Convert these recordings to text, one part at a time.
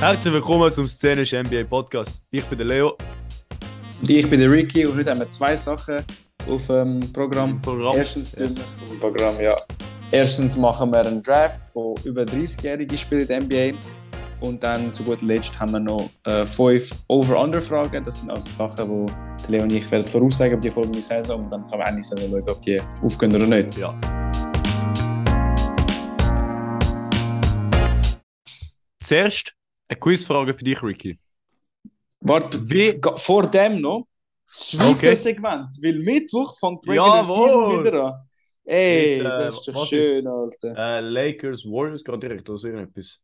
Herzlich willkommen zum Szenisch NBA Podcast. Ich bin der Leo. Und ich bin der Ricky und heute haben wir zwei Sachen auf dem Programm. Programm. Erstens, tun wir- im Programm ja. Erstens machen wir einen Draft von über 30-jährigen Spielern in der NBA. Und dann zu guter Letzt haben wir noch äh, fünf Over-Under-Fragen. Das sind also Sachen, wo der Leo und ich werden voraussagen über die folgende Saison. Und dann kann man eigentlich schauen, ob die aufgehen oder nicht. Ja. Zuerst eine Quizfrage für dich, Ricky. Warte, Wie- ga- vor dem noch das Schweizer Okay. Segment, weil Mittwoch fängt die Regular Jawohl. Season wieder an. Ey, Mit, äh, das ist doch was schön, ist- Alter. Äh, Lakers, Warriors, gerade direkt oder so irgendetwas.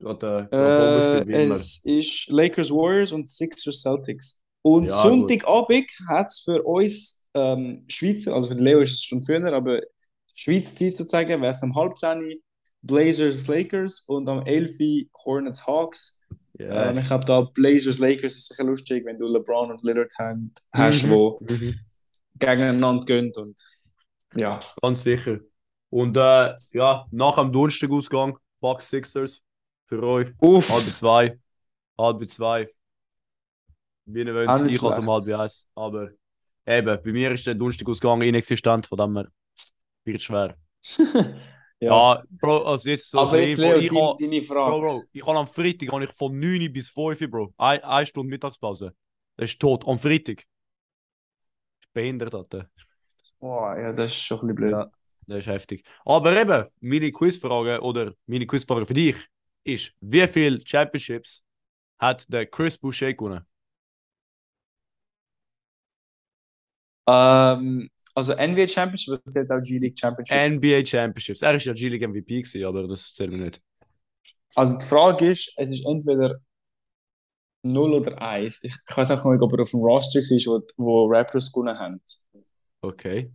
Gerade äh, gerade Oberspiel, wie Äh, immer. es ist Lakers Warriors und Sixers Celtics. Und Ja, Sonntagabend hat es für uns ähm, Schweizer, also für den Leo ist es schon früher, aber Schweiz Zeit sozusagen, wäre es am halb 10 Blazers Lakers und am 11 Uhr Hornets Hawks. Ähm, ich Yes. glaube, da Blazers Lakers ist sicher lustig, wenn du LeBron und Lillard hand- hast, Mhm. wo Mhm. gegeneinander gehen und ja. Ganz sicher. Und äh, ja, nach dem Donnerstagausgang, Bucks Sixers für euch. Halb Uff, zwei. Halb zwei. Wie ihr Auch wollt, nicht ich kann es um halb schlecht. eins. Aber eben, bei mir ist der Donnerstagausgang inexistent, von dem her wird schwer. ja. Ja, Bro, also jetzt so. Aber ein jetzt, bisschen Leo, Info. ich deine, kann, deine Bro, Frage. Bro, ich kann am Freitag kann ich von 9 Uhr bis 5 Uhr, Bro. Ein, eine Stunde Mittagspause. Das ist tot. Am Freitag. Ist Behindert, Alter. Oh, Boah, ja, das ist schon ein bisschen blöd. Ja. Das ist heftig. Aber eben, meine Quizfrage oder meine Quizfrage für dich ist: Wie viele Championships hat der Chris Boucher gewonnen? Ähm, also NBA Championship zählt auch G-League Championships. NBA Championships. Er ist ja G-League MVP gewesen, aber das zählt mir nicht. also die Frage ist, es ist entweder 0 oder 1. Ich, ich weiß auch nicht, ob er auf dem Roster war, wo, wo Raptors gewonnen haben. Okay.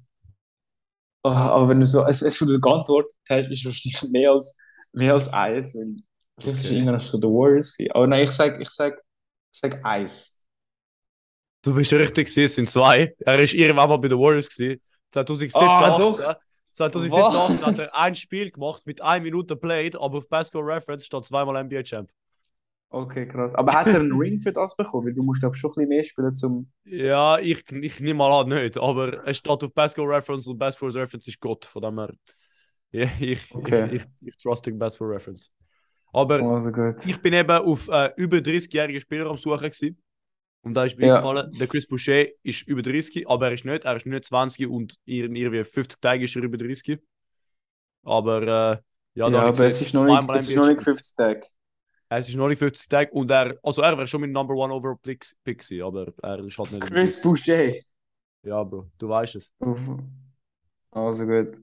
Ah, aber wenn du so, als, als du die geantwortet hast, ist wahrscheinlich mehr als, mehr als eins, weil vielleicht ist Okay. irgendwann so The Warriors. gewesen. Aber nein, ich sag, ich sag, ich sag eins. Du bist richtig, gewesen, es sind zwei. Er ist irgendwann mal bei den Warriors. Gewesen. 2017, Ah, doch. 18. 2017 Was? 18 hat er ein Spiel gemacht mit 1 Minute Played, aber auf Basketball Reference steht zweimal NBA Champ. Okay, krass. Aber hat er einen Ring für das bekommen? Weil du musst, glaube ich, schon ein bisschen mehr spielen zum. Ja, ich, ich nehme mal an, nicht, aber es steht auf Basketball Reference und Basketball Reference ist Gott, von dem her. Ja, ich, Okay. ich, ich, ich trust den Basketball Reference. Aber Also gut. ich bin eben auf äh, über 30-jährige Spieler am Suchen gewesen. Und da ist mir Ja. gefallen, der Chris Boucher ist über 30, aber er ist nicht, er ist nicht 20 und in irgendwie 50 Tagen ist er über 30. Aber äh, ja, da Ja, habe ich aber es gesehen, ist noch nicht, zweimal es ist NBA noch nicht Champions. 50 Tage. Es ist noch nicht 50 Tage und er, also er wäre schon mein Number One Overall Pick, Pick gewesen, aber er ist halt nicht. im Chris Boucher. Team. Ja, Bro, du weißt es. Uff. Also gut.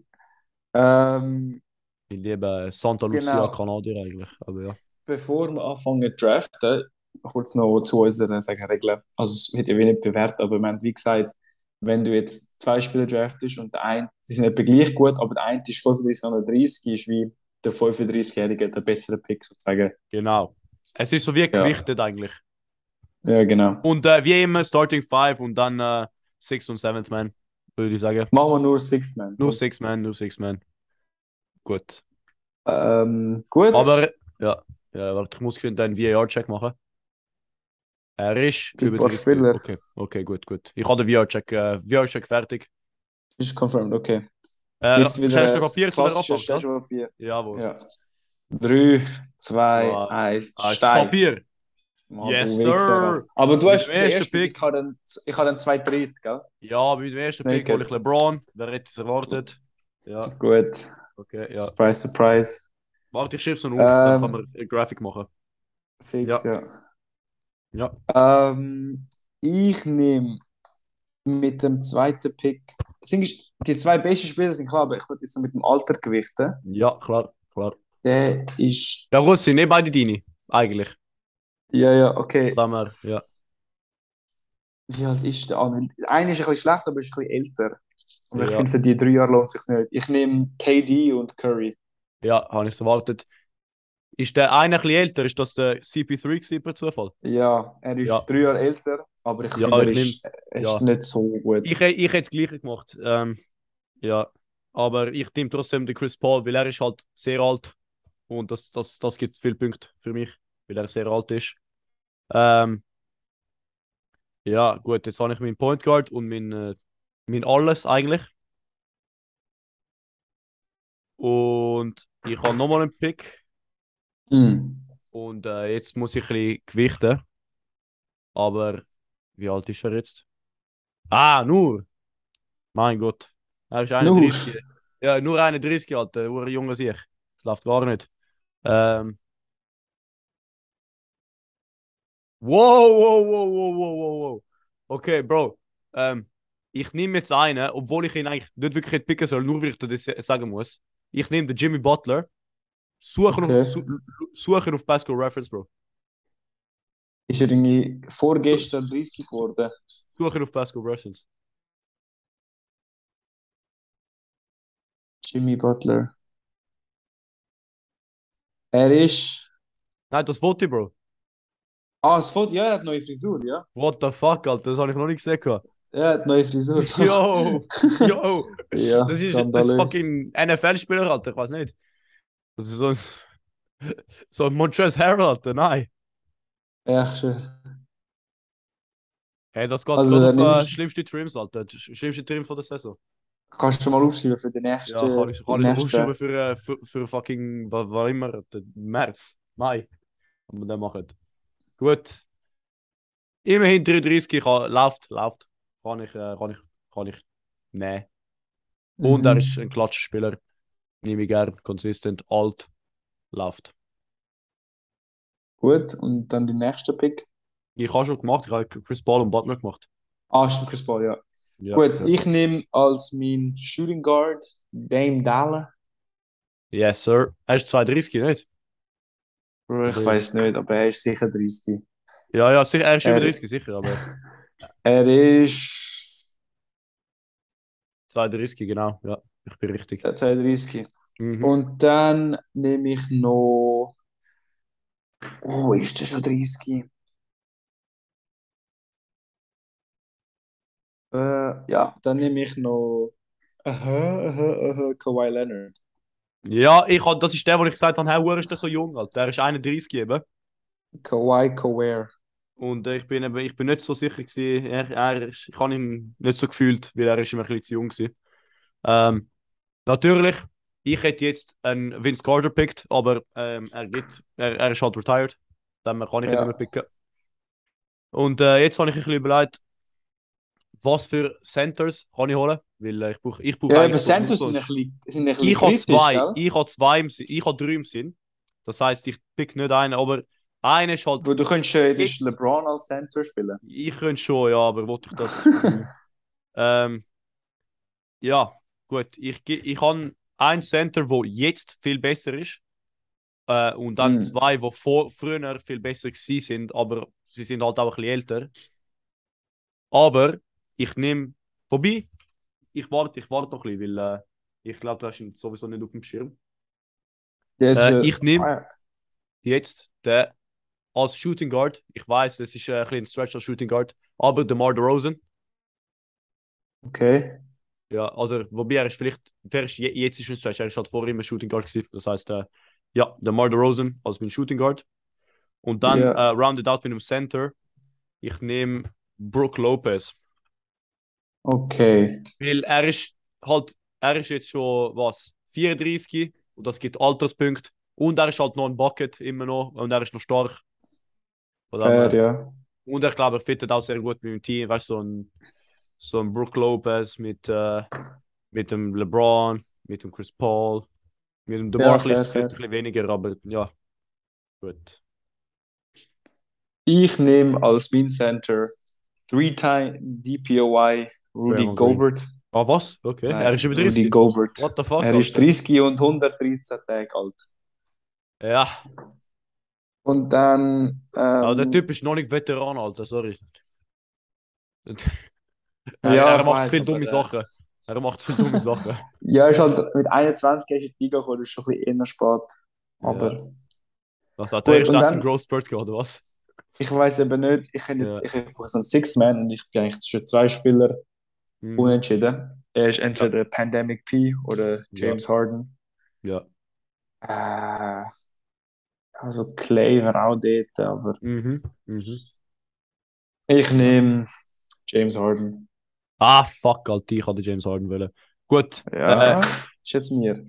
Ähm, Ich liebe Santa Lucia, Genau. Kanadier eigentlich. Aber ja. Bevor wir anfangen zu draften, kurz noch zu unseren sagen, Regeln. Also, es wird ja wie nicht bewährt, aber wir haben wie gesagt, wenn du jetzt zwei Spieler draftest und der eine, sie sind etwa gleich gut, aber der eine ist 35 und der 30 ist wie der 35-Jährige, der bessere Pick sozusagen. Genau. Es ist so wie gewichtet eigentlich. Ja, genau. Und äh, wie immer Starting Five und dann äh, Sixth und Seventh Man, würde ich sagen. Machen wir nur Sixth Man. Nur Six Man, nur Six Man. Gut. Ähm, gut. Aber ja, ja warte, ich muss schon einen VAR-Check machen. Er ist Für ein paar 30. Spieler. Okay, okay, gut, gut. Ich habe den VR-Check äh, VR-Check fertig. Ist confirmed, okay. Äh, Jetzt wieder stellst du das Papier zu der klassische Abfahrt, ja? Stein-Papier. Jawohl. Ja. 3, 2, Zwei, 1, Ah, ist Stein. Papier. Mann, Yes, du Wichser. sir. Aber du Mit hast dem den ersten ersten Pick. Ich habe dann, ich habe dann zwei Dritte, gell? Ja, bei dem ersten Pick hole ich Snickers. LeBron. Wer hätte es erwartet? Ja, Gut. okay, ja. Surprise, surprise. Warte, ich schreibe es noch auf, dann Ähm. kann man eine Grafik machen. Fix, ja. Ja. Ähm, ich nehme mit dem zweiten Pick. Das Ding ist, die zwei besten Spieler sind klar, aber ich würde jetzt noch mit dem Alter gewichten. Ja, klar, klar. Der ist. Ja, gut, sind eh beide deine, eigentlich. Ja, ja, okay. Von dem her, ja. Wie alt ist der andere? Der eine ist ein bisschen schlecht, aber ist ein bisschen älter. Aber ich Ja. finde, für die drei Jahre lohnt es sich nicht. Ich nehme KD und Curry. Ja, habe ich es erwartet. Ist der eine ein bisschen älter? Ist das der CP3 gewesen, per Zufall? Ja, er ist Ja. drei Jahre älter, aber ich Ja, finde, er ich ist, er ja. ist nicht so gut. Ich, hä- ich hätte das Gleiche gemacht. Ähm, ja. Aber ich nehme trotzdem den Chris Paul, weil er ist halt sehr alt. Und das, das, das gibt viele Punkte für mich. weil er sehr alt ist. Ähm, ja, gut, jetzt habe ich meinen Point Guard und mein, äh, mein Alles eigentlich. Und ich habe nochmal einen Pick Mhm. und äh, jetzt muss ich ein bisschen gewichten. Aber wie alt ist er jetzt? Ah, nur! Mein Gott. Er ist Nur. 31. Ja, nur 31, Alter. Ur junger sich. Das läuft gar nicht. Ähm. Wow, wow, wow, wow, wow, wow, wow. Okay, Bro. Ähm, ich nehme jetzt einen, obwohl ich ihn eigentlich nicht wirklich hätte picken soll, nur weil ich dir das sagen muss. Ich nehme den Jimmy Butler. Suche Okay. auf, su suche auf Pascal Reference, Bro. Ist er irgendwie vorgestern 30 geworden? Suche auf Pascal Reference. Jimmy Butler. Er ist. Nein, das wollte ich, Bro. Ah, es Foto, ja, er hat neue Frisur, ja. What the fuck, Alter, das habe ich noch nicht gesehen. gehabt. Er hat neue Frisur. Yo, yo. ja, Das ist ein skandalös. fucking NFL-Spieler, Alter, ich weiß nicht. Das ist so ein, so ein Montrezl Harrell, Alter, nein. Echt äh, schön. Hey, das geht Also, gerade dann auf äh, nimmst- schlimmste Trims, Alter. Sch schlimmste Trim von der Saison. Kannst du schon mal aufschreiben für den Ja, nächsten. kann ich, den kann ich nächsten- aufschreiben für, äh, für, für fucking, was war immer, Alter, März, Mai. Wenn wir den machen. Gut. Immerhin 33 kann, läuft, läuft. Kann ich, äh, kann ich, kann ich nehmen. Und er Mhm. ist ein Klatschspieler. Nehme ich gern, konsistent, alt, läuft. Gut, und dann den nächsten Pick. Ich habe schon gemacht, ich habe Chris Paul und Butler gemacht. Ah, stimmt, Chris Paul, ja. Ja, Gut, ja. ich nehme als mein Shooting Guard Dame Dallin. Yes, sir. Er ist 32, nicht? Bro, ich Aber- weiß nicht, aber er ist sicher 30. Ja, ja, sicher, er ist über Er- 30, sicher, aber Er ist 32, genau. Ja, ich bin richtig. 32. Mhm. Und dann nehme ich noch. Oh, ist der schon 30? Äh, ja, dann nehme ich noch. Aha, aha, aha, Kawhi Leonard. Ja, ich hab, das ist der, wo ich gesagt habe, hey, woher ist der so jung, Alter? Der ist 31 eben. Kawhi Kawhi. Und äh, ich bin eben, ich bin nicht so sicher gewesen. Er, er ist, ich habe ihn nicht so gefühlt, weil er ist immer ein bisschen zu jung gewesen. Ähm, natürlich, ich hätte jetzt einen Vince Carter gepickt, aber ähm, er, geht, er, er ist halt retired. Dann kann ich ihn Ja. nicht mehr picken. Und äh, jetzt habe ich ein bisschen überlegt, was für Centers kann ich holen, weil äh, ich brauche ich brauch Ja, eigentlich aber so- Santos so- sind ein bisschen, sind ein bisschen ich habe kritisch, zwei, gell? ich habe zwei im Sinn, ich habe drei im Sinn. Das heißt, ich pick nicht einen, aber einer ist halt, Bro, du könntest äh, Jetzt- LeBron als Center spielen. ich könnte schon, ja, aber wollte ich das? ähm, ja, gut, ich, ge- ich habe ein Center, wo jetzt viel besser ist äh, und dann Hm. zwei, wo vor, früher viel besser gewesen sind, aber sie sind halt auch ein bisschen älter. Aber ich nehme, wobei, ich warte, ich warte noch ein bisschen, weil äh, ich glaube, du hast ihn sowieso nicht auf dem Schirm. Der ist, Äh, äh, ich nehme ah, jetzt der als Shooting Guard. Ich weiß, es ist äh, ein bisschen ein Stretch als Shooting Guard, aber DeMar DeRozan. Okay. Ja, also, wobei er ist vielleicht, der ist, je- jetzt ist ein Stretch, er ist halt vorher immer Shooting Guard gewesen. Das heißt, äh, ja, DeMar DeRozan als mein Shooting Guard. Und dann Ja. äh, rounded out mit dem Center. Ich nehme Brook Lopez. Okay. Weil er ist halt, er ist jetzt schon, was, 34 und das gibt Alterspunkte. Und er ist halt noch ein Bucket, immer noch. Und er ist noch stark. Von dem her- Fair, ja. Und ich glaube, er fittet auch sehr gut mit dem Team. Weißt du, so ein, so ein Brook Lopez mit, äh, mit dem LeBron, mit dem Chris Paul, mit dem DeMar Ja, vielleicht, fair, vielleicht ein bisschen weniger, aber ja. Gut. Ich nehme als mein Center Three-Time DPOY Rudy Draymond Green. Gobert. Ah, was? Okay. Nein, er ist über Rudy 30. Gobert. What the fuck? Er ist Alter? 30 und 113 Tage alt. Ja, Und dann. Ähm, aber der Typ ist noch nicht Veteran, Alter, sorry. Ja, er, er ich macht weiß, viel aber, dumme äh, Sachen. Er macht viel dumme Sachen. Ja, ist halt mit 21 ist in die Liga gekommen, das ist schon ein bisschen eher spät. Aber Was hat er Gut, erst und als dann- ein Growth Spurt gehabt, oder was? ich weiß eben nicht, ich kann jetzt Ja. ich brauche so einen Six-Man und ich bin eigentlich zwischen zwei Spielern Mhm. unentschieden. Er ist entweder Pandemic P oder James Harden. Ja. Äh, Also Clay wäre auch dort, aber Mhm. Mhm. ich nehme James Harden. Ah, fuck, Alter, ich hatte James Harden wollen. Gut, Ja, Äh. ist jetzt mir.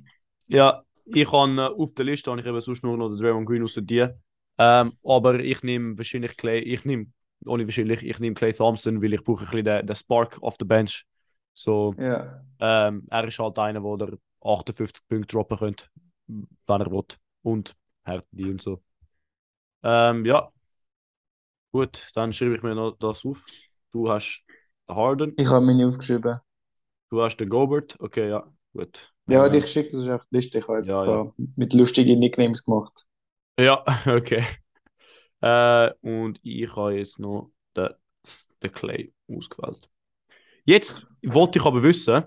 ja, ich habe äh, auf der Liste habe ich eben sonst nur noch den Draymond Green außer dir. Ähm, aber ich nehme wahrscheinlich Clay, ich nehme, ohne wahrscheinlich, ich nehme Clay Thompson, weil ich brauche ein bisschen den, den Spark auf der Bench. So, Ja. ähm, er ist halt einer, wo der 58 Punkte droppen könnte, wenn er will. Und Härte und so. Ähm, ja. Gut, dann schreibe ich mir noch das auf. Du hast den Harden, Ich habe meine aufgeschrieben. du hast den Gobert. Okay, ja, gut. Ja, Ähm, dich geschickt, das ist auf die Liste. Ich habe jetzt ja, da mit lustigen Nicknames gemacht. Ja, okay. Äh, und ich habe jetzt noch den, den Clay ausgewählt. Jetzt wollte ich aber wissen,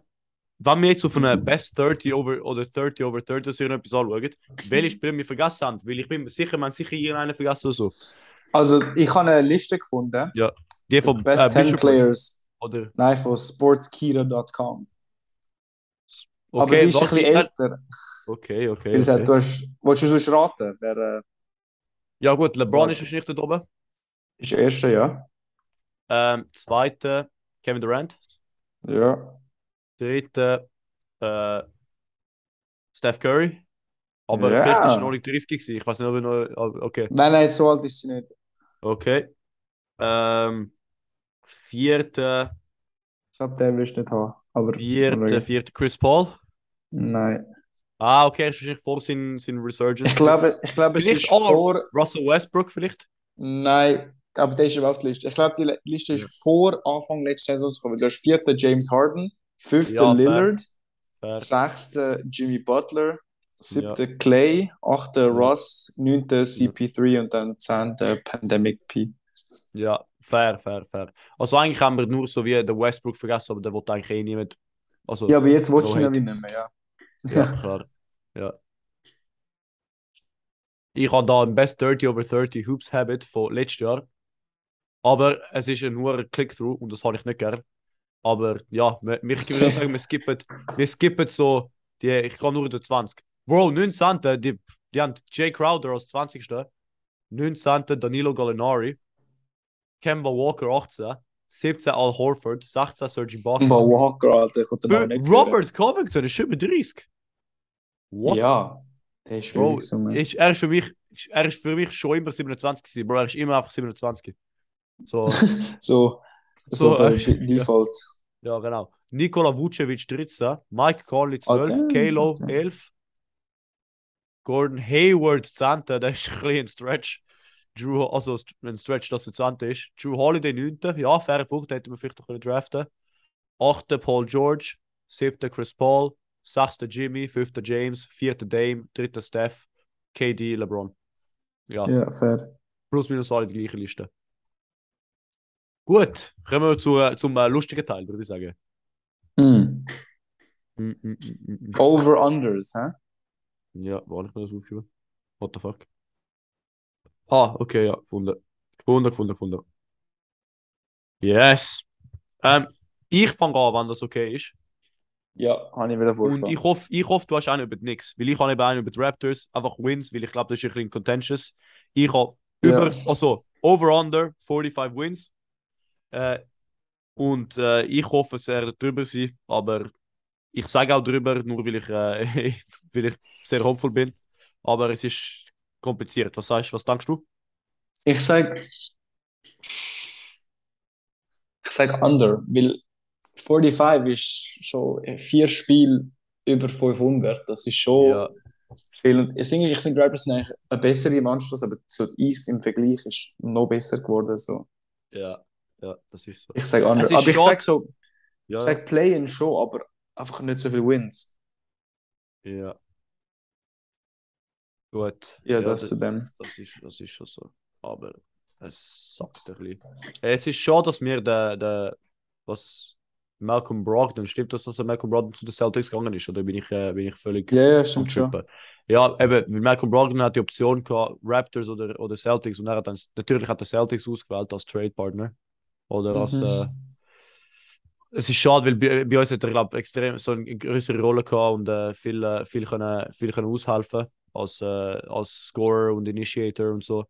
wenn wir jetzt auf eine Best 30 over oder 30 over 30 oder so etwas anschauen, welche Spiele wir vergessen haben. Weil ich bin mir sicher, wir haben sicher irgendeinen vergessen oder so. Also, ich habe eine Liste gefunden. Die von äh, Best 10 Bishop Players. oder Nein, von sportskira.com. Aber okay, die ist ein warte, bisschen nein, älter. halt Okay, okay, Weil es hat- okay. Du hast, willst du sonst raten? Wer äh, Ja gut, LeBron Warte. ist wahrscheinlich dort oben. ist der Erste, ja? Ähm, zweite, Kevin Durant. Ja. Dritte, äh, Steph Curry. Aber Ja. vielleicht ist er noch nicht 30 gewesen. Ich weiß nicht, ob er noch. ob- Okay. Nein, nein, so alt ist sie nicht. Okay. Ähm, vierte, Ich glaube, den willst du nicht haben. Aber vierte, Schauen. vierte, Chris Paul. nein. Ah, okay, er ist wahrscheinlich vor sein, sein Resurgence. Ich glaube, ich glaube es Vielleicht ist aber- vor. Russell Westbrook vielleicht. Nein, aber der ist überhaupt die Liste. Ich glaube, die Le- Liste ist Ja. vor Anfang letzten Saison rausgekommen. Du hast vierten James Harden, fünften Ja, fair. Lillard, Fair. sechsten Jimmy Butler, siebten Clay, achten Russ, neunten CP3 und dann zehnten Pandemic P. Ja, fair, fair, fair. Also eigentlich haben wir nur so wie den Westbrook vergessen, aber der wollte eigentlich eh niemand. Also, Ja, aber jetzt willst du No ihn hate. wieder nicht mehr, ja. Ja, klar. Ja. Ich habe da ein Best 30 over 30 Hoops Habit von letztes Jahr. Aber es ist ein hoher Click-Through und das habe ich nicht gern. Aber ja, wir- wir- ich würde sagen, wir skippen, wir skippen so, die, ich kann nur den 20. Bro, 19. Die, die haben Jay Crowder als 20. 19. Danilo Gallinari. Kemba Walker 18. 17 Al Horford. 16 Serge Ibaka. Aber Walker, Alter, ich konnte den Namen nicht hören. Robert Covington ist über 30. What? Ja, der ist Bro, wirklich so, man. Ist, er, ist für mich, ist- er ist für mich schon immer 27 gewesen, Bro. Er ist immer einfach 27. So, So, So, so der äh, De- ja. Default. ja, genau. Nikola Vucevic 13, Mike Conley Ah, 12, der ist- Kalo ja. 11, Gordon Hayward 10, der ist ein bisschen ein Stretch. Drew, also st- ein Stretch, dass er 10 ist. Drew Holiday 9. Ja, fairer Punkt, den hätten wir vielleicht noch können draften 8. Paul George, 7. Chris Paul, 6. Jimmy, 5. James, 4. Dame, 3. Steph, KD, LeBron. Ja. Ja, fair. Plus minus alle die gleiche Liste. Gut, kommen wir zu, äh, zum äh, lustigen Teil, würde ich sagen. Hm. Mm, mm, mm, mm, mm. Over-Unders, hä? Ja, wo habe ich mir das aufgeschrieben? What the fuck? Ah, okay, ja, gefunden. Gefunden, gefunden, gefunden. Yes! Ähm, ich fange an, wenn das okay ist. Ja, habe ich wieder Und vorgeschlagen. ich hoffe, ich hoffe, du hast einen über nichts. Weil ich habe eben einen über die Raptors, einfach Wins, weil ich glaube, das ist ein bisschen contentious. Ich habe Ja. über, also over-under 45 Wins. Äh, und äh, ich hoffe, es wird drüber sein, aber ich sage auch drüber, nur weil ich, äh, weil ich sehr hopeful bin. Aber es ist kompliziert. Was sagst was denkst du? Ich sag. Ich sag under, weil 45 ist schon vier Spiele über 500. Das ist schon Ja. viel. Und ich denke, ich finde, Raptors sind eigentlich eine bessere Mannschaft, aber so die East im Vergleich ist noch besser geworden. So. Ja, ja, das ist so. Ich sag under. Es ist Aber ich schon- sag so, ich Ja, sag Play-in schon, aber einfach nicht so viele Wins. ja. Gut. Ja, das zu dem. Das ist, das ist schon so. Aber es sagt ein bisschen. Äh, Es ist schon, dass mir der, der was Malcolm Brogdon, stimmt das, dass der Malcolm Brogdon zu den Celtics gegangen ist? Oder bin ich, äh, bin ich völlig Ja, ja, am stimmt schon. Trippen? Ja, eben, weil Malcolm Brogdon hat die Option gehabt, Raptors oder, oder Celtics und er hat dann, natürlich hat er Celtics ausgewählt als Trade-Partner. Oder als. Mhm. Äh, es ist schade, weil bei, bei uns hat er, glaube extrem so eine größere Rolle gehabt und äh, viel, äh, viel, können, viel können aushelfen als, äh, als Scorer und Initiator und so,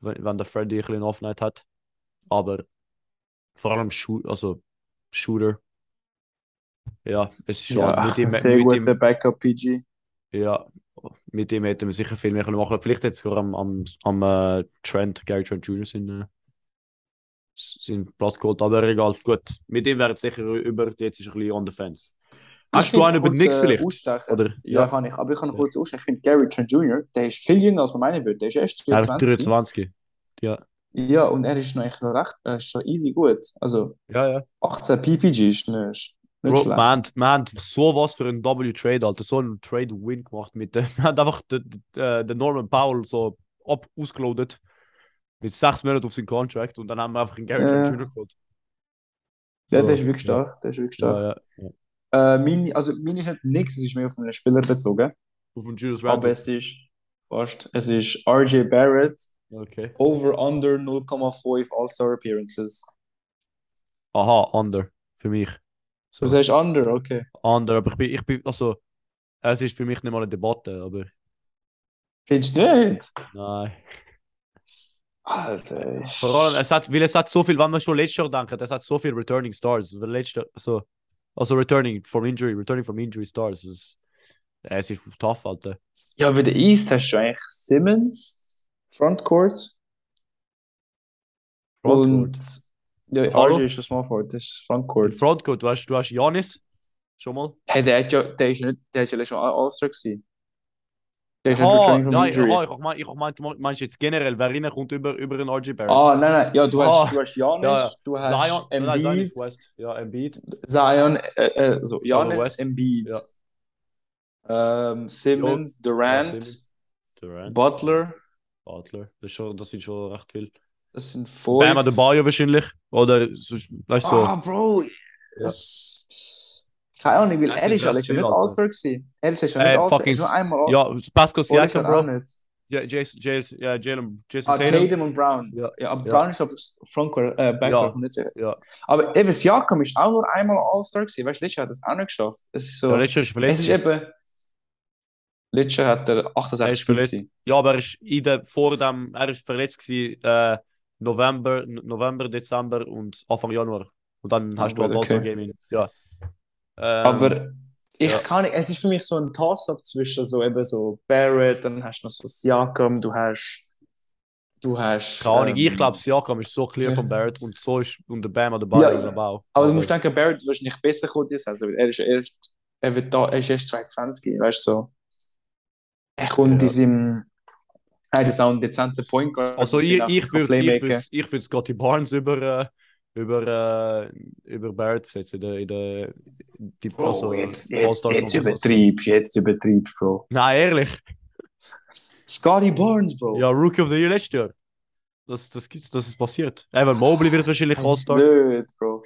wenn, wenn der Freddy ein bisschen Offenheit hat. Aber vor allem Schu also Shooter. Ja, es ist Ja, halt echt een sehr mit guter ihm, Backup PG. ja, mit dem hätten wir sicher viel mehr können machen. Vielleicht hätte sogar am, am, am äh, Trent, Gary Trent Jr. seinen, äh, seinen Platz geholt, aber egal, gut. Mit dem wäre es sicher über, jetzt ist er ein bisschen on the fence. Hast du einen über nichts vielleicht? äh, Ausstechen. Oder? eh, Ja, kann ich. Aber ich kann kurz ausstechen. Ich finde, Gary Trent Jr., der ist viel jünger, als man meinen würde. Der ist erst Er ist 23. 23. Ja, und er ist noch eigentlich noch recht, er ist schon easy gut. Also Ja, ja. 18 PPG ist nicht, ist nicht Bro, schlecht. man, hat, man hat sowas für einen W-Trade, Alter. So einen Trade-Win gemacht mit dem. Man hat einfach den, den, den eh, Norman Powell so ab ausgeloadet. Mit sechs Monaten auf seinen Contract und dann haben wir einfach einen Gary Ja. Trent Jr. geholt. Ja, So, der ist wirklich ja. stark. Der ist wirklich stark. Ja, ja. ja. Äh, meine, also meine ist nicht nix, es ist mehr auf einen Spieler bezogen. Auf den Julius Aber Randle. es ist fast, es ist RJ Barrett, Okay. over under 0,5 All-Star Appearances. Aha, under. Für mich. So. Du sagst under, okay. Under. Aber ich bin, ich bin, also, es ist für mich nicht mal eine Debatte, aber Findest du nicht? nein. Alter. Vor allem, es hat, weil es hat so viel, wenn man schon letztes Jahr denkt, es hat so viel Returning Stars. weil Letzte, also, also Returning from Injury, Returning from Injury Stars. Es, es ist tough, Alter. Ja, bei der East hast du eigentlich Simmons, Frontcourt. Frontcourt. Und ja, Hallo? RJ ist das Small Forward, das ist Frontcourt. Frontcourt, du hast, du hast Janis schon mal. Hey, der hat ja, der ist nicht, der ist ja letztes Mal All-Star gewesen. Der ist nicht Ah, returning from nein, injury. aha, ich mein, ich mein, meinst du jetzt generell, wer reinkommt über, über einen RG Barrett? Ah, nein, nein, ja, du Ah. hast, du hast Giannis, Ja, ja. du Zion, hast nein, Zion ist Ah, Embiid, West. Ja, Embiid. Zion, äh, äh, so, Giannis, West. Embiid, Ja. ähm, Simmons, Ja, Durant, Simmons. Durant. Butler, Butler. Das, ist schon, das sind schon recht viel. das sind fünf. Bam Adebayo wahrscheinlich. Oder, sonst- weißt du, so. Ah, Bro, das, keine Ahnung, weil Das er sind ist ja recht letztes Mal viel, nicht Alter. All-Star gewesen. Er ist ja schon Äh, nicht All-Star, fucking- er ist nur einmal All- Ja, Pascal Oder ist Siakam, er auch Bro. nicht? Ja, Jason, Jason, ja, Jalen, Jason Ah, Tatum. Tatum und Brown. Ja, Ja, aber ja. Brown ist, glaube ich, Frontcourt, äh, Ja, Backcourt, nicht sicher. ja. Aber eben, Siakam ist auch nur einmal All-Star gewesen. Weißt du, letztes Jahr hat er es auch nicht geschafft. Es ist Ja, so, letztes Jahr ist es ist verletzt. eben, letztes Jahr hat er Er 68 ist Spiele verletzt. gewesen. Ja, aber er ist in der, vor dem, er ist verletzt gewesen, äh, November, No- November, Dezember und Anfang Januar. Und dann Ah, hast du halt gut, also okay. Gaming. Ja. Ähm, Aber ich ja. kann nicht, es ist für mich so ein Toss-up zwischen so eben so Barrett, dann hast du noch so Siakam, du hast, du hast, keine Ahnung, ich ähm, glaube, Siakam ist so clear ja. von Barrett und so ist und der Bam Adebayo Ja, der Bau. aber du musst denken, Barrett wird nicht besser kommen diese Saison, weil er ist erst, er wird da, er ist erst 22, weißt du, so. Er kommt Ja. in seinem, er hat jetzt auch einen dezenten Point Guard, Also ich, ich kann würde ich Playmaker. würd, ich würd Scotty Barnes über, äh, über, äh, über Barrett setzen in der, in der die, Bro, also, jetzt, jetzt, All-Star jetzt Conference. übertreibst, jetzt übertreibst, Bro. Nein, ehrlich. Scotty Barnes, Bro. Ja, Rookie of the Year letztes Jahr. Das, das gibt's, das ist passiert. Evan Mobley wird wahrscheinlich Das ist All-Star. blöd, Bro.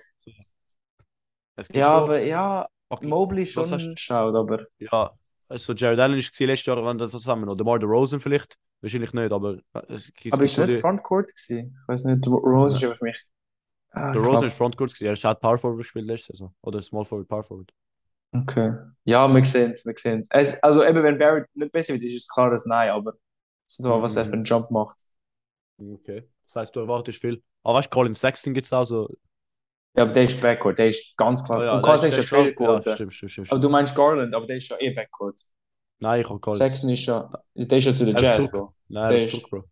Es gibt Ja, schon- aber ja, Okay, Mobley das hast- schon schaut, aber Ja, also Jared Allen ist gewesen letztes Jahr, wenn das zusammen oder DeMar DeRozan Dus vielleicht. Wahrscheinlich nicht, aber es, es gibt aber ist schon nicht die- Frontcourt gewesen. Ich weiß nicht, Rose ist für mich. Ah, DeRozan ist knapp. Frontcourt gewesen. Er hat Power Forward gespielt letzte Saison. Oder Small Forward, Power Forward. Okay. Ja, wir sehen es, wir sehen es. Es- Also eben, wenn Barrett nicht besser wird, ist es klar, dass nein, aber so, was er für einen Jump macht. Okay. Das heißt, du erwartest viel. Aber weißt du, Colin Sexton gibt es auch so. Ja, aber der ist Backcourt, der ist ganz Ah klar. ja, Und der ist- Cousins ist der ja ist schon- traded geworden. Ja, stimmt, stimmt, stimmt. Aber stimmt. du meinst Garland, aber der ist ja eh Backcourt. Nein, ich habe Colin. Sexton ist ja, der ist ja zu Er den ist Jazz, zurück. Bro. Nein, er der ist ist- zurück, Bro. Hat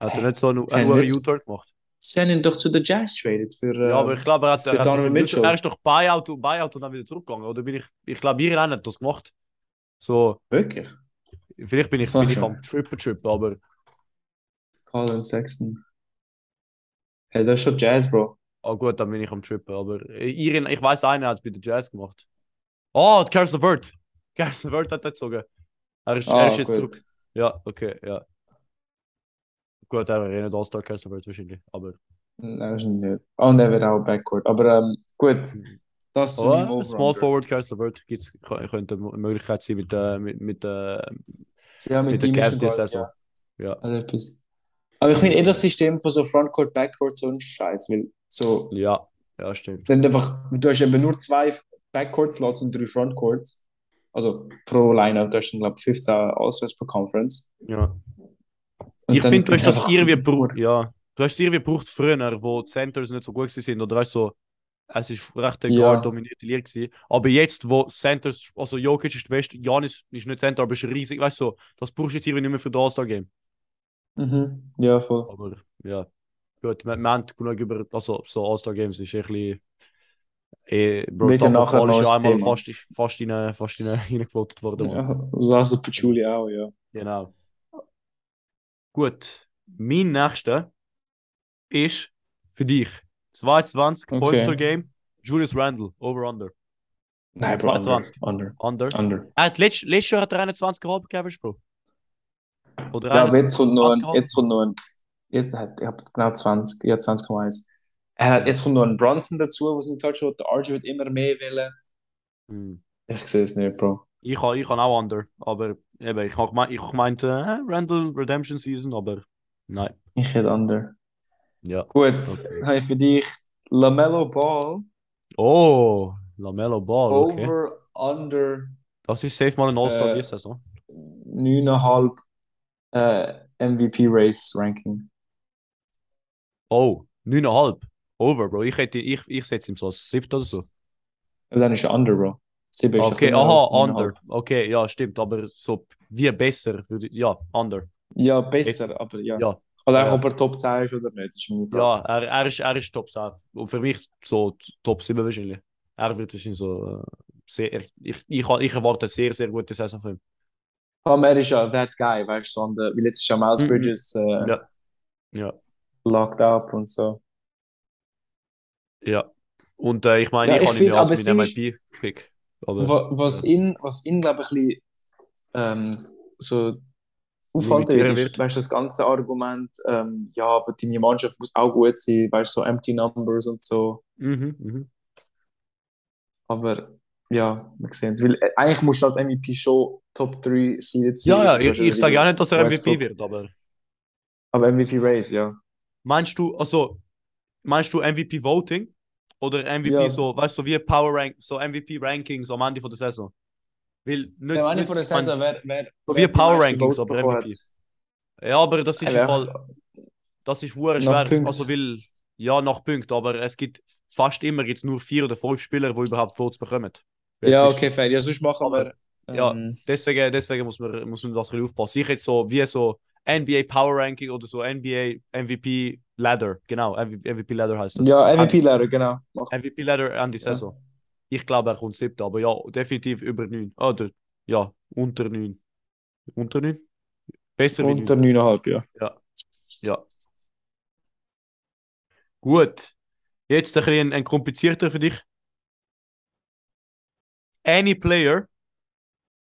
er Hey, nicht so einen, kein einen Witz. U-Turn gemacht? Sie haben ihn doch zu den Jazz traded für. Ja, aber ähm, ich glaube, er hat, für er, hat Donovan doch- Mitchell. er ist doch Buyout und Buyout und dann wieder zurückgegangen. Oder bin ich, ich glaube, ihr hat das gemacht. So, Wirklich? vielleicht bin ich, Fuck bin ich schon. am Triple Trip, aber Colin Sexton. Hey, das ist schon Jazz, Bro. oh gut, dann bin ich am Trippen. Aber Irin, ich weiß, einer hat es bei den Jazz gemacht. Oh, Caris LeVert. Caris LeVert hat er gezogen. Er ist, er Ah, ist jetzt gut. zurück. Ja, okay, ja. Gut, er war eh nicht All-Star Caris LeVert wahrscheinlich, aber. Nein, ist nicht. Oh, und er wird auch Backcourt. Aber ähm, gut, das zu meinem Oh, Over-Under. Mhm. Small Forward Caris LeVert gibt's, könnte eine Möglichkeit sein mit, äh, mit, mit, äh, Ja, mit mit den ihm ist Cavs diese egal, Saison. ja. Ja. Also etwas. Aber ich finde eh das System von so Frontcourt, Backcourt so ein Scheiß, weil so, Ja, ja, stimmt. wenn du einfach, du hast eben nur zwei Backcourt-Slots und drei Frontcourts. also pro Lineup, da ist dann, glaube ich, 15 Auswärts pro Conference. Ja. Und ich dann finde, du hast bin ich das einfach- irgendwie gebraucht. Ja. Du hast es irgendwie gebraucht früher, wo die Centers nicht so gut sind. Oder weißt du, so, es ist recht eine Ja. guard-dominierte Liga gewesen. Aber jetzt, wo Centers, also Jokic ist der Beste, Janis ist nicht Center, aber ist riesig. Weißt du, so, das brauchst du jetzt irgendwie nicht mehr für das All-Star-Game. Mhm. Ja, voll. Aber ja, gut, wir, wir haben genug über also, so All-Star-Games. ist eh ein bisschen. Eh, Bro, Wird ja Taco nachher Fall ist noch ja ein einmal Thema. fast, fast rein- fast rein- reingewollt eh, worden. Mann. Ja, so hast du Patchouli auch, ja. Genau. Gut. Mein nächster ist für dich 22 Okay. Point per Game. Julius Randle, over under. Nein, Bro, under, 22. under, Under. Ah, under. Er hat letzt, letztes Jahr hat er 21 halb Average, Bro. Oder Ja, aber jetzt 21,5 kommt noch ein, gehabt. jetzt kommt noch ein, jetzt hat, ich hab genau 20, ja 20,1. Er hat, jetzt kommt noch ein Bronson dazu, was nicht falsch wird. Der RG wird immer mehr wählen. Hm. Ich sehe es nicht, Bro. Ich kann ich kann auch under. Aber eben, ich habe gemeint, ich hab gemeint äh, Randle Redemption Season, aber nein. Ich hätte under. Ja. Gut, Okay. habe ich für dich LaMelo Ball Oh, LaMelo Ball. Okay. over under Das ist safe mal ein All-Star Äh, äh, Saison. 9,5 äh, MVP Race Ranking. Oh, 9,5. Over, Bro. Ich, hätte, ich, ich setze ihm so als siebter oder so. Ah, Und dann ist er under, Bro. 7 ist doch Okay, immer als aha, 9,5. under. Okay, ja, stimmt. Aber so wie besser würde ich- Ja, under. Ja, besser, aber ja. Ja. Also auch, Ja. ob er Top 10 ist oder nicht, ist mir egal. Ja, er, er, ist, er ist Top 10. Und für mich so Top 7 wahrscheinlich. Er wird wahrscheinlich so. äh, Sehr, ich, ich, ich erwarte eine sehr, sehr gute Saison von ihm. Vor allem, er ist ja that guy, weißt du, so äh, an der, wie letztes Jahr Miles Mhm. Bridges äh, Ja. Ja. locked up und so. Ja. Und äh, ich meine, Ja, ich ich kann ihn find, ja als aber das meinen Ding MVP-Pick. Aber Wa- Was ihn, was ihn glaube ich, ein bisschen, ähm, so auffällt, Limitieren ist, wird. weißt du, das ganze Argument, ähm, ja, aber deine Mannschaft muss auch gut sein, weißt du, so empty numbers und so. mhm, mhm. Aber ja, wir sehen es. Weil äh, eigentlich musst du als MVP schon Top 3 seeded sein. ja, ja, Du ich, hast ich sage ja nicht, dass er Westbrook. MVP wird, aber. Aber MVP Race, ja. Meinst du, also, meinst du MVP Voting? Oder MVP Ja. so, weißt du, wie Power Rank, so MVP Rankings am Ende von der Saison? Weil nicht, Ja, eine nicht von der ich mein, Saison, wer, wer, So wer wie die Power meisten Rankings, Votes aber bekommen MVP. ja, aber das ist hat. im Fall, das ist hure Nach schwer. Punkt. Also, weil, ja, nach Punkt, aber es gibt fast immer jetzt nur vier oder fünf Spieler, die überhaupt Votes bekommen. Weil Ja, es ist- okay, fair. Ja, sonst machen wir. Dus ja. Ähm, Deswegen, deswegen muss, man, muss man das ein bisschen aufpassen. Ich hätte so wie so NBA Power Ranking oder so NBA MVP Ladder. Genau, MVP Ladder heißt das. ja, Haben- MVP-Lehrer, genau. Mach. MVP Ladder an die Ja. Saison. Ich glaube, er kommt siebter, aber ja, definitiv über 9. Oder ja, unter 9. Unter 9? Besser wie 9. Unter 9,5, ja. Gut. Jetzt ein, bisschen ein komplizierter für dich. Any player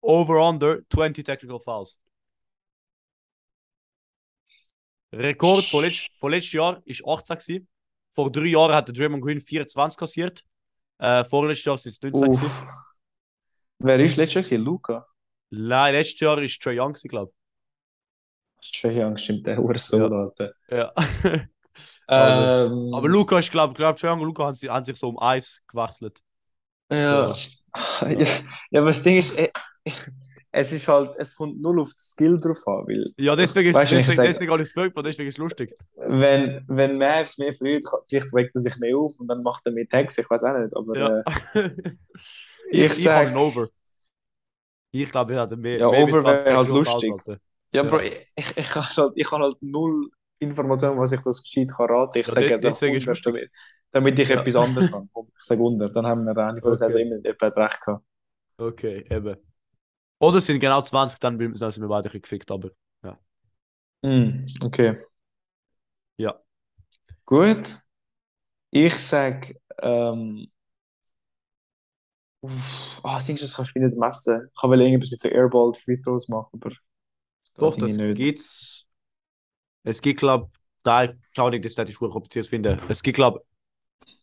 over under 20 technical fouls. Rekord von, letzt, von letztes Jahr ist 18 gewesen. Vor drei Jahren hat der Draymond Green 24 kassiert. Äh, vorletztes Jahr sind es 19 gewesen. Uff. Wer ist letztes Jahr? gewesen? Luca? Nein, letztes Jahr ist Trae Young, glaube Trae Young, stimmt, der Uhr so, Ja. Ehm, Alter. ich. Ja. Aber- Ähm, Aber Luca, ich glaube, glaub, Trae Young und Luca haben, sie- haben sich so um Eis gewechselt. Ja. Ja, ja, aber das Ding ist, eh, es ist halt, es kommt null auf das Skill drauf an, weil Ja, deswegen ist Weißt du, wenn ich deswegen, sage- deswegen habe ich es gewöhnt, deswegen ist es lustig. wenn, wenn Mavs mehr freut, vielleicht weckt er sich mehr auf und dann macht er mehr Tags, ich weiß auch nicht, aber Ja. äh, ich habe sag, einen Over. Ich glaube, wir hatten mehr. Ja, mehr wie Over eh, wäre 20 halt Stunden lustig. aushalten. ja, Ja. Bro, ich, ich, ich habe halt, ich habe halt null Informationen, was ich das gescheit kann raten. Ich Ja, sage de- jetzt einfach deswegen ist 100, lustig. damit, damit ich Ja. etwas anderes habe. Komm, Ich sage 100, dann haben wir eine von der Okay. Saison immer etwa recht gehabt. Okay, eben. Oder es sind genau 20, dann bin- dann sind wir beide ein bisschen gefickt, aber. Hm, okay. Ja. Gut. Ich sag, ähm, uff, ah, das Ding ist, das kannst du mich nicht messen. Ich will irgendwas mit so Airball Free Throws machen, aber das geht Doch, das irgendwie nicht. gibt's. Es gibt, glaube da ich kann ich das statisch gut kompliziert finde. Es gibt, glaube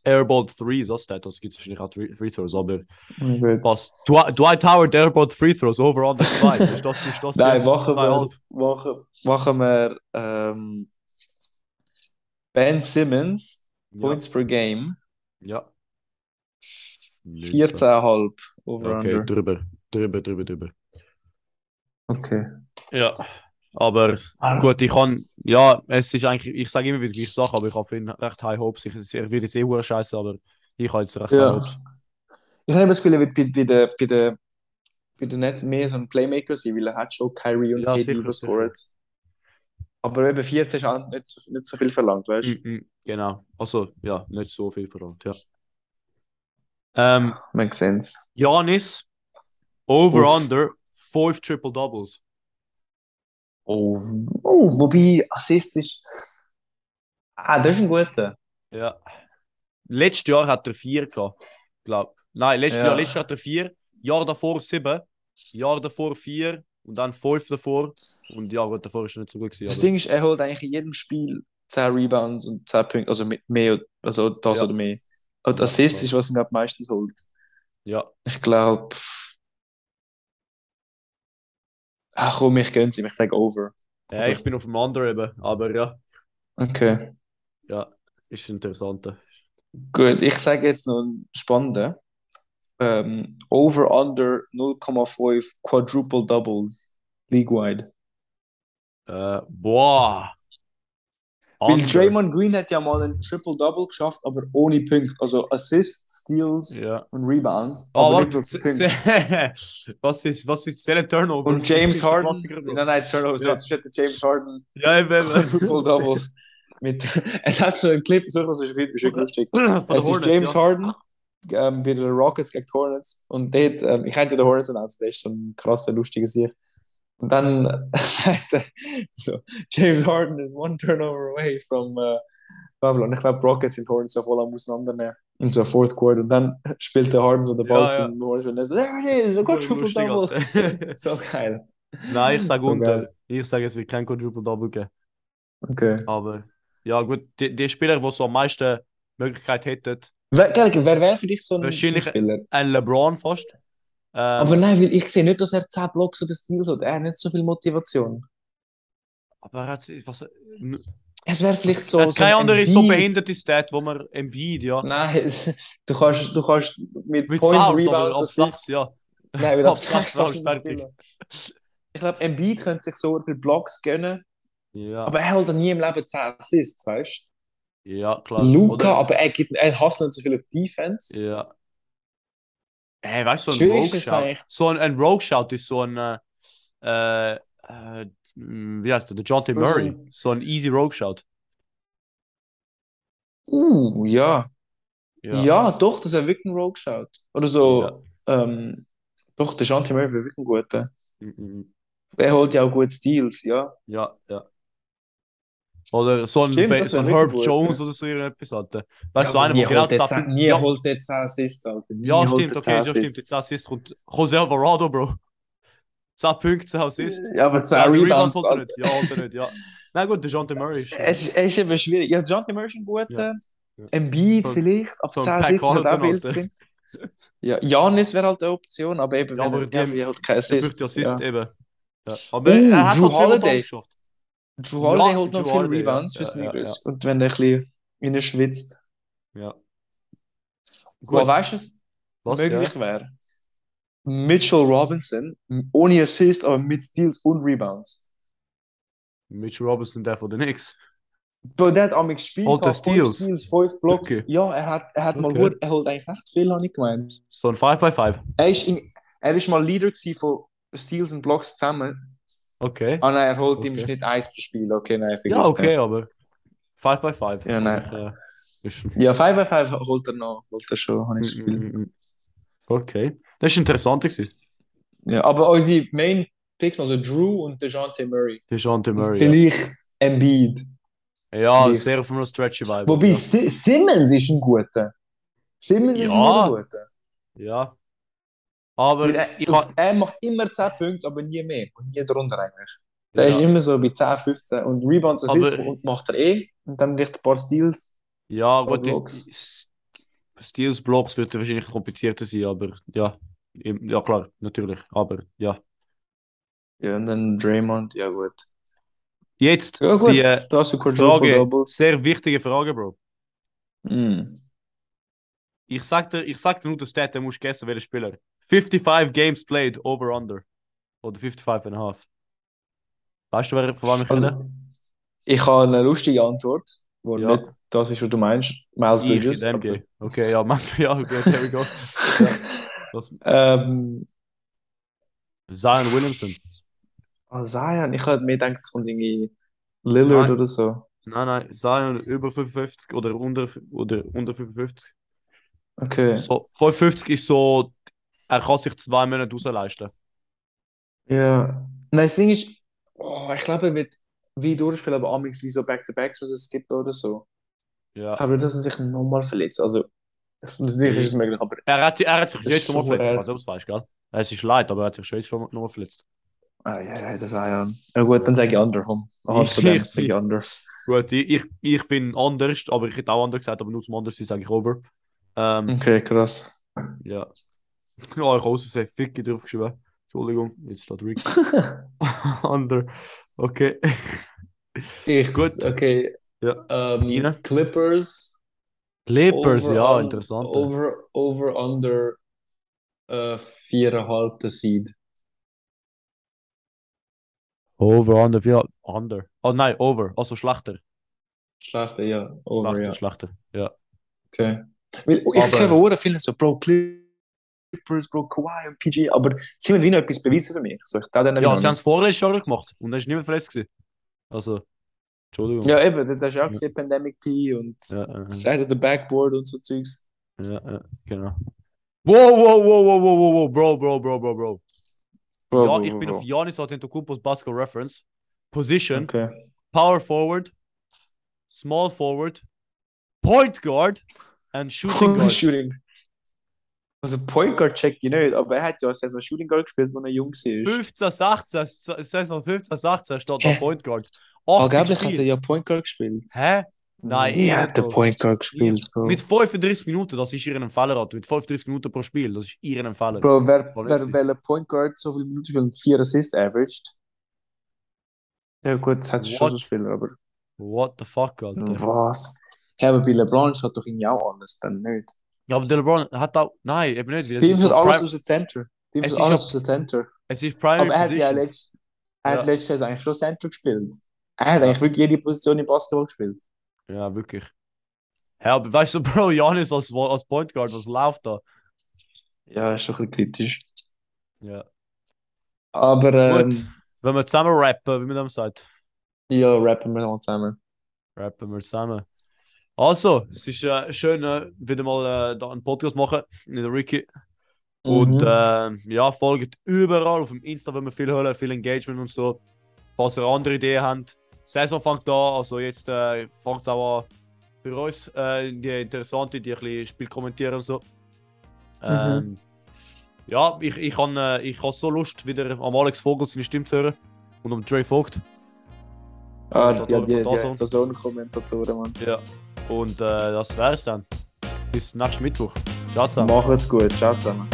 Airball 3, so Status gibt es wahrscheinlich auch Three- Free Throws, aber Na Gut. was? Dw Dwight Howard, Airball Free Throws, over on the side. Ist das, ist das Nein, jetzt machen wir, zweieinhalb? machen, machen wir ähm, Ben Simmons, Ja. Points per Game, ja. 14,5 over Okay, under. drüber. Drüber, drüber, drüber. Okay. Ja. Aber gut, ich kann, ja, es ist eigentlich, ich sage immer wieder die gleiche Sache, aber ich habe für ihn recht high hopes. Ich, er wird jetzt eh hure scheiße, aber ich habe jetzt recht high Ja. hopes. Ich habe das Gefühl, er wird bei, bei, den, bei, den, bei den Nets mehr so ein Playmaker sein, weil er hat schon Kyrie und Ja, KD sicher, überscored. Aber eben 14 ist auch nicht so, nicht so viel verlangt, weißt du? Mhm, genau. Also, ja, nicht so viel verlangt, ja. Ähm, Man sieht's. Janis, over Uff. under, 5 Triple Doubles. Oh, oh, wobei Assist ist. Ah, das ist ein guter. Ja. Letztes Jahr hat er 4 gehabt, glaub. Nein, letztes Ja. Jahr, letztes Jahr hat er 4, Jahr davor 7, Jahr davor 4 und dann 5 davor. Und ja, gut, davor ist er nicht so gut Das gewesen. Ding ist, er holt eigentlich in jedem Spiel 10 Rebounds und 10 Punkte, also mit mehr, oder- also das Ja. oder mehr. Und Ja, Assist klar. ist, was er glaub, meistens holt. Aber, ja. Ich glaube. Ach komm, ich gönn's ihm, ich sage over. Ja, Also ich bin auf dem anderen eben, aber ja, Okay. ist interessant. Gut, ich sage jetzt noch einen spannenden. Ähm, over under 0,5 Quadruple Doubles league-wide. Äh, boah. Weil Under. Draymond Green hat ja mal einen Triple Double geschafft, aber ohne Punkte. Also Assists, Steals Ja. und Rebounds. Oh, aber warte. nicht se- wirklich Punkte. se- was ist, was ist, zählen Turnovers? Und James Der Harden. Klassiker, Bro. Nein, nein, Turnovers. Ja. Ja. Jetzt hat der James Harden Ja, eben. eben. Triple Double. Mit, es hat so einen Clip, so was ist richtig lustig. Von den Es ist Hornets, James ja. Harden ähm, bei den Rockets gegen die Hornets. Und dort, ähm, ich hätte den Hornets announced, der ist so ein krasser, lustiger Sieg. Und dann sagt er, so, James Harden is one turnover away from äh, bla bla. Und ich glaube, die Rockets sind die Hornets so voll am Auseinandernehmen. eh, In so Fourth Quarter. Und dann spielt der Harden so den Ball Ja, ja. zum Hornets und er so, there it is, I got Lustig, triple double. Alter. so geil. Nein, ich sage So unter. geil. Ich sage, es wird kein Quadruple Double geben. Okay. Aber ja, gut, die, die Spieler, die so am meisten Möglichkeit hätten, Wer, gell, wer wäre für dich so ein, so ein Wahrscheinlich- Spieler? ein LeBron fast. Ähm, Aber nein, weil ich sehe nicht, dass er 10 Blocks oder Steals hat. Er hat nicht so viel Motivation. aber er hat, was, Es wäre vielleicht so. es so keine ein andere so Embiid. behinderte Stat, wo man Embiid, ja. Nein, du kannst, du kannst mit, Mit Points, Fouls, aber Rebounds, auf Assists. Platz, ja. Nein, mit auf Abs- Platz kannst du Fouls, nicht spielen. Ich glaube, Embiid könnte sich so viele Blocks gönnen, Ja, aber er hat dann nie im Leben 10 Assists, weißt ja, du? klar. Luka, Oder- aber er, gibt, er hasst nicht so viel auf Defense. Ja. Hey, weißt du, so ein Schwierig ist Rogue es Shout. eigentlich. So ein, ein Rogue Shout ist so ein, äh, äh, äh, wie heißt der? Der John T. So ein- Murray. So ein easy Rogue Shout. Uh, ja. Ja. ja. doch, dass er wirklich einen Rogue schaut. Oder so, ähm, doch, der Jean Murray wäre wirklich ein guter. Mhm. Er holt ja auch gute Steals, ja. Ja, ja. Oder so ein, Stimmt, Be- das so ein wär Herb wirklich gut, Jones ja. oder so irgendetwas. Alter. Weißt du, so aber einer, nie der genau holt er das 10 Assist- nie Ja, holt er 10 Assists, Alter. Nie ja holt stimmt, er okay, 10 ja, stimmt. Assists. Jetzt Assist kommt José Alvarado, Bro. 10 Punkte, 10 Assist. Ja, aber 10 Ja, die Rebounds. holt er nicht. Ja, holt er nicht, ja. Na gut, der John T. Murray ist. Es, ist- es ist eben schwierig. Ja, John Timmer ist ein guter. Ja. Ja. Embiid So ein- vielleicht, aber so ein 10 Pat Assists hat auch Connaughton, viel zu viel. Ja, Janis wäre halt eine Option, aber eben, Ja, wenn aber er- die- ja, er hat keine Er trifft die Assists. Assist Ja. eben. Ja. Aber Uh, er hat Drew schon Triple Double Holiday. geschafft. Drew Holiday Ja, holt noch Drew viel Holiday, ja. Rebounds für Ja, ja, Sneakers. Und wenn er ein bisschen innen schwitzt. Ja. Wo weißt du, was was, möglich ja. wäre? Mitchell Robinson, ohne Assists, aber mit Steals und Rebounds. Mitch Robinson, der von den Knicks. Bro, der hat amig gespielt, Und gehabt, der Steals. fünf Steals, fünf Blocks. Okay. Ja, er hat, er hat mal Okay. gut, er holt eigentlich recht viel, habe ich gemeint. So ein 5 x 5. Er ist, in, er ist mal Leader gewesen von Steals und Blocks zusammen. Okay. Ah nein, er holt Okay. im Schnitt eins pro Spiel. Okay, nein, vergiss Ja, okay, den. aber 5 x 5. Ja, nein. eh, Ist, mm, Ja, 5 x 5 holt er noch, holt er schon, habe ich das Gefühl. mm, mm. okay. Das ist interessant. gewesen. Mhm. Ja, aber unsere Main Picks, also Drew und DeJounte Murray. Der John T. Und Murray. Vielleicht Embiid. Ja, ja vielleicht. sehr auf einem stretchy Vibe. Wobei, Si- Simmons ist ein guter. Simmons ist Ja. ein guter. Ja. Aber Weil er, ich ha- er macht immer 10 Punkte, aber nie mehr und nie drunter eigentlich. Der ist ja, immer so bei 10, 15 und Rebounds Assists Aber- und macht er eh. Und dann vielleicht ein paar Steals. ja, gut, Blocks. die- die- Steals Blocks wird wahrscheinlich komplizierter sein, aber ja. Ja, klar, natürlich. Aber ja. Ja, und dann Draymond, ja gut. Jetzt Ja gut, die äh, da hast du Quadruple Frage, Doubles. sehr wichtige Frage, Bro. Mm. Hm. Ich sag dir, ich sag dir nur den Stat, den musst du gessen, welcher Spieler. 55 Games played, over under. Oder 55,5. Weißt du, wer, von wem ich rede? Also, ich habe eine lustige Antwort, wo Ja. nicht das ist, was du meinst. Miles Ich Bridges. in NBA. Okay, ja, meinst du, ja, gut, there we go. Das, ähm, Zion Williamson. oh, Zion, ich hätte mir gedacht, es kommt irgendwie Lillard Nein. oder so. Nein, nein, Zion über 55 oder unter, oder unter 55. Okay. So, 55 ist so, er kann sich zwei Monate rausleisten. Ja. Nein, das Ding ist, oh, ich glaube, er wird wie durchspielen, aber amigs wie so Back-to-Backs, was es gibt oder so. Ja. Ich glaube, nicht, dass er sich nochmal verletzt. Also, es, natürlich ist es möglich, aber Er hat, sich- er hat sich Das jetzt ist schon mal so verletzt, ich hart. weiß nicht, ob du es weißt, gell? Es ist leid, aber er hat sich schon jetzt schon mal verletzt. Ah, ja, ja, das war ja. Ja gut, dann sage ich Under, komm. Anhand von dem sage ich Under. Gut, ich, ich, ich bin anders, aber ich hätte auch anders gesagt, aber nur zum anders sein sage ich over. Ähm, Okay, krass. Ja. Ja, ich aus Versehen Ficky draufgeschrieben. Entschuldigung, jetzt steht Rick. Under. Okay. Ich, Gut. okay. Ja. Ähm, Nina? Clippers. Clippers, over, ja, un- interessant. Over, over Under äh, viereinhalb der Seed. Over, under, ja, under. Oh nein, over, also schlechter. Schlechter, ja. Over, Schlechter, ja. schlechter. Ja. Okay. Weil, oh, ich Aber- glaube, Ohren viele so, Bro, Clippers, Bro, Kawhi und PG, aber sie haben wie noch etwas beweisen für mich. So, ich glaube, Ja, sie haben es vorletztes Jahr gemacht und dann ist niemand verletzt gewesen. Also, eh, Entschuldigung. ja, eben, das hast du Ja. auch gesehen, Pandemic P und Ja, äh, Side of the Backboard und so Zeugs. ja, äh, genau. Wow, wow, wow, wow, wow, wow, wow, bro, bro, bro, bro, bro. Bro, Ja, bro, ich bro, bin bro. auf Giannis Antetokounmpos Basketball Reference. Position, Okay. power forward, small forward, point guard and shooting guard. Shooting. Also Point Guard checkt ich nicht, aber er hat ja eine Saison Shooting Guard gespielt, als er jung war. 15, 16, S- Saison 15, 16 steht da Hä? Point Guard. 80 Angeblich hat er Spiele. ja Point Guard gespielt. Hä? Nein, Nie ich- hat er Point Guard gespielt, Bro. Mit 35 Minuten, das ist ihren Faller, Alter. Mit 35 Minuten pro Spiel, das ist ihren Faller. Bro, wer, Voll wer, richtig. welcher Point Guard so viele Minuten spielt und vier Assists averaged? Ja gut, das hat sich schon What? so Spieler, aber What the fuck, Alter. was? Ja, aber bei LeBron schaut doch irgendwie auch anders, dann nicht. Ja, aber der LeBron hat auch. Nein, eben nicht. weil Es Dem ist, schaut so alles Prime, aus dem Center. Dem Es schaut ist alles ja- aus dem Center. es ist Primary Aber er hat ja Position. letzt, er Ja. hat letzte Saison eigentlich schon Center gespielt. Er hat Ja. eigentlich wirklich jede Position im Basketball gespielt. Ja, wirklich. Hä, aber weißt du, Bro, Janis als, als Point Guard, was läuft da? Ja, ist schon ein bisschen kritisch. Ja. Aber Gut. ähm, Wenn wir zusammen rappen, wie man dem sagt. ja, rappen wir mal zusammen. Rappen wir zusammen. Also, es ist äh, schön, äh, wieder mal äh, da einen Podcast machen mit dem Ricky. Und Mhm. ähm, ja, folgt überall auf dem Insta, wenn wir viel hören, viel Engagement und so. Falls ihr andere Ideen habt, Saison fängt an, also jetzt äh, fängt es auch an für uns, äh, die Interessante, die ein bisschen Spiel kommentieren und so. Ähm, Ja, ich, ich habe äh, ich hab so Lust, wieder am Alex Vogel seine Stimme zu hören und am Dre Vogt. ah, die, Kommentatoren die, die, von Dazon. die, die Zone-Kommentatoren, Mann. Ja. Und äh, das wär's dann. Bis nächsten Mittwoch. Ciao zusammen. Macht's gut, ciao zusammen.